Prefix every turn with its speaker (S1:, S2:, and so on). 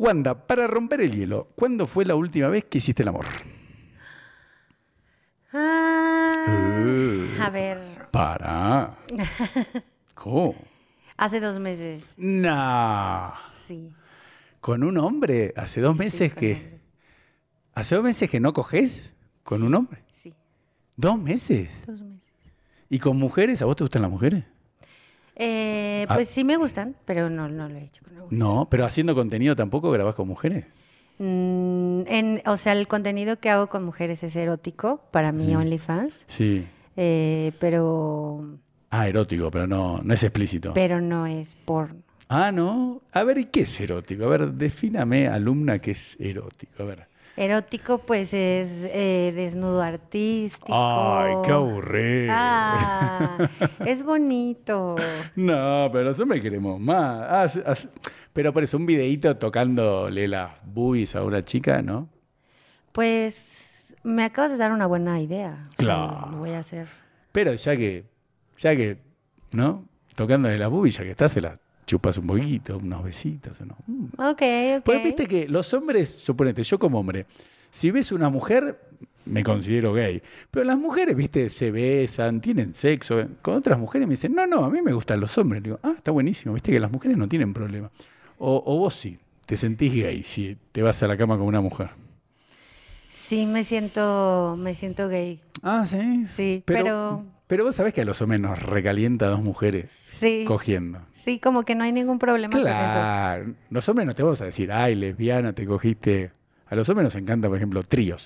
S1: Wanda, para romper el hielo, ¿cuándo fue la última vez que hiciste el amor?
S2: Ah,
S1: Eh.
S2: a ver,
S1: Para. ¿Cómo?
S2: hace dos meses.
S1: Nah.
S2: Sí.
S1: Con un hombre. Hace dos
S2: Sí,
S1: meses
S2: con
S1: que.
S2: hombre.
S1: ¿Hace dos meses que no coges con un hombre?
S2: Sí,
S1: Dos meses.
S2: dos meses.
S1: ¿Y con mujeres? ¿A vos te gustan las mujeres?
S2: Eh,
S1: Ah.
S2: pues sí me gustan, pero no, no lo he hecho con alguna.
S1: No, pero haciendo contenido tampoco grabás con mujeres.
S2: Mm, en- o sea, el contenido que hago con mujeres es erótico para mí, OnlyFans,
S1: Sí.
S2: eh, pero,
S1: Ah, erótico, pero no, no es explícito.
S2: pero no es porno.
S1: ah, no. A ver, ¿y qué es erótico? A ver, defíname, alumna, qué es erótico. A ver.
S2: Erótico, pues es eh, desnudo artístico.
S1: Ay, qué aburrido.
S2: Ah, es bonito.
S1: No, pero nosotros me queremos más. Ah, s- as- pero por eso, un videíto tocándole las boobies a una chica, ¿no?
S2: Pues me acabas de dar una buena idea. O sea,
S1: Claro.
S2: Lo voy a hacer.
S1: Pero ya que, ya que, ¿no? Tocándole las boobies, ya que estás, se las chupas un poquito, unos besitos, ¿no? Mm.
S2: Ok, ok.
S1: Porque viste que los hombres, suponete, yo como hombre, si ves una mujer, me considero gay. Pero las mujeres, viste, se besan, tienen sexo. Con otras mujeres me dicen, no, no, a mí me gustan los hombres. Le digo, ah, está buenísimo, viste que las mujeres no tienen problema. O, o vos sí, te sentís gay si te vas a la cama con una mujer.
S2: Sí, me siento, me siento gay.
S1: Ah, sí.
S2: Sí,
S1: pero,
S2: pero-
S1: pero vos sabés que a los hombres nos recalienta a dos mujeres
S2: Sí.
S1: cogiendo.
S2: Sí, como que no hay ningún problema con eso.
S1: Claro, los hombres no te vamos a decir, ay, lesbiana, te cogiste. A los hombres nos encanta, por ejemplo, tríos.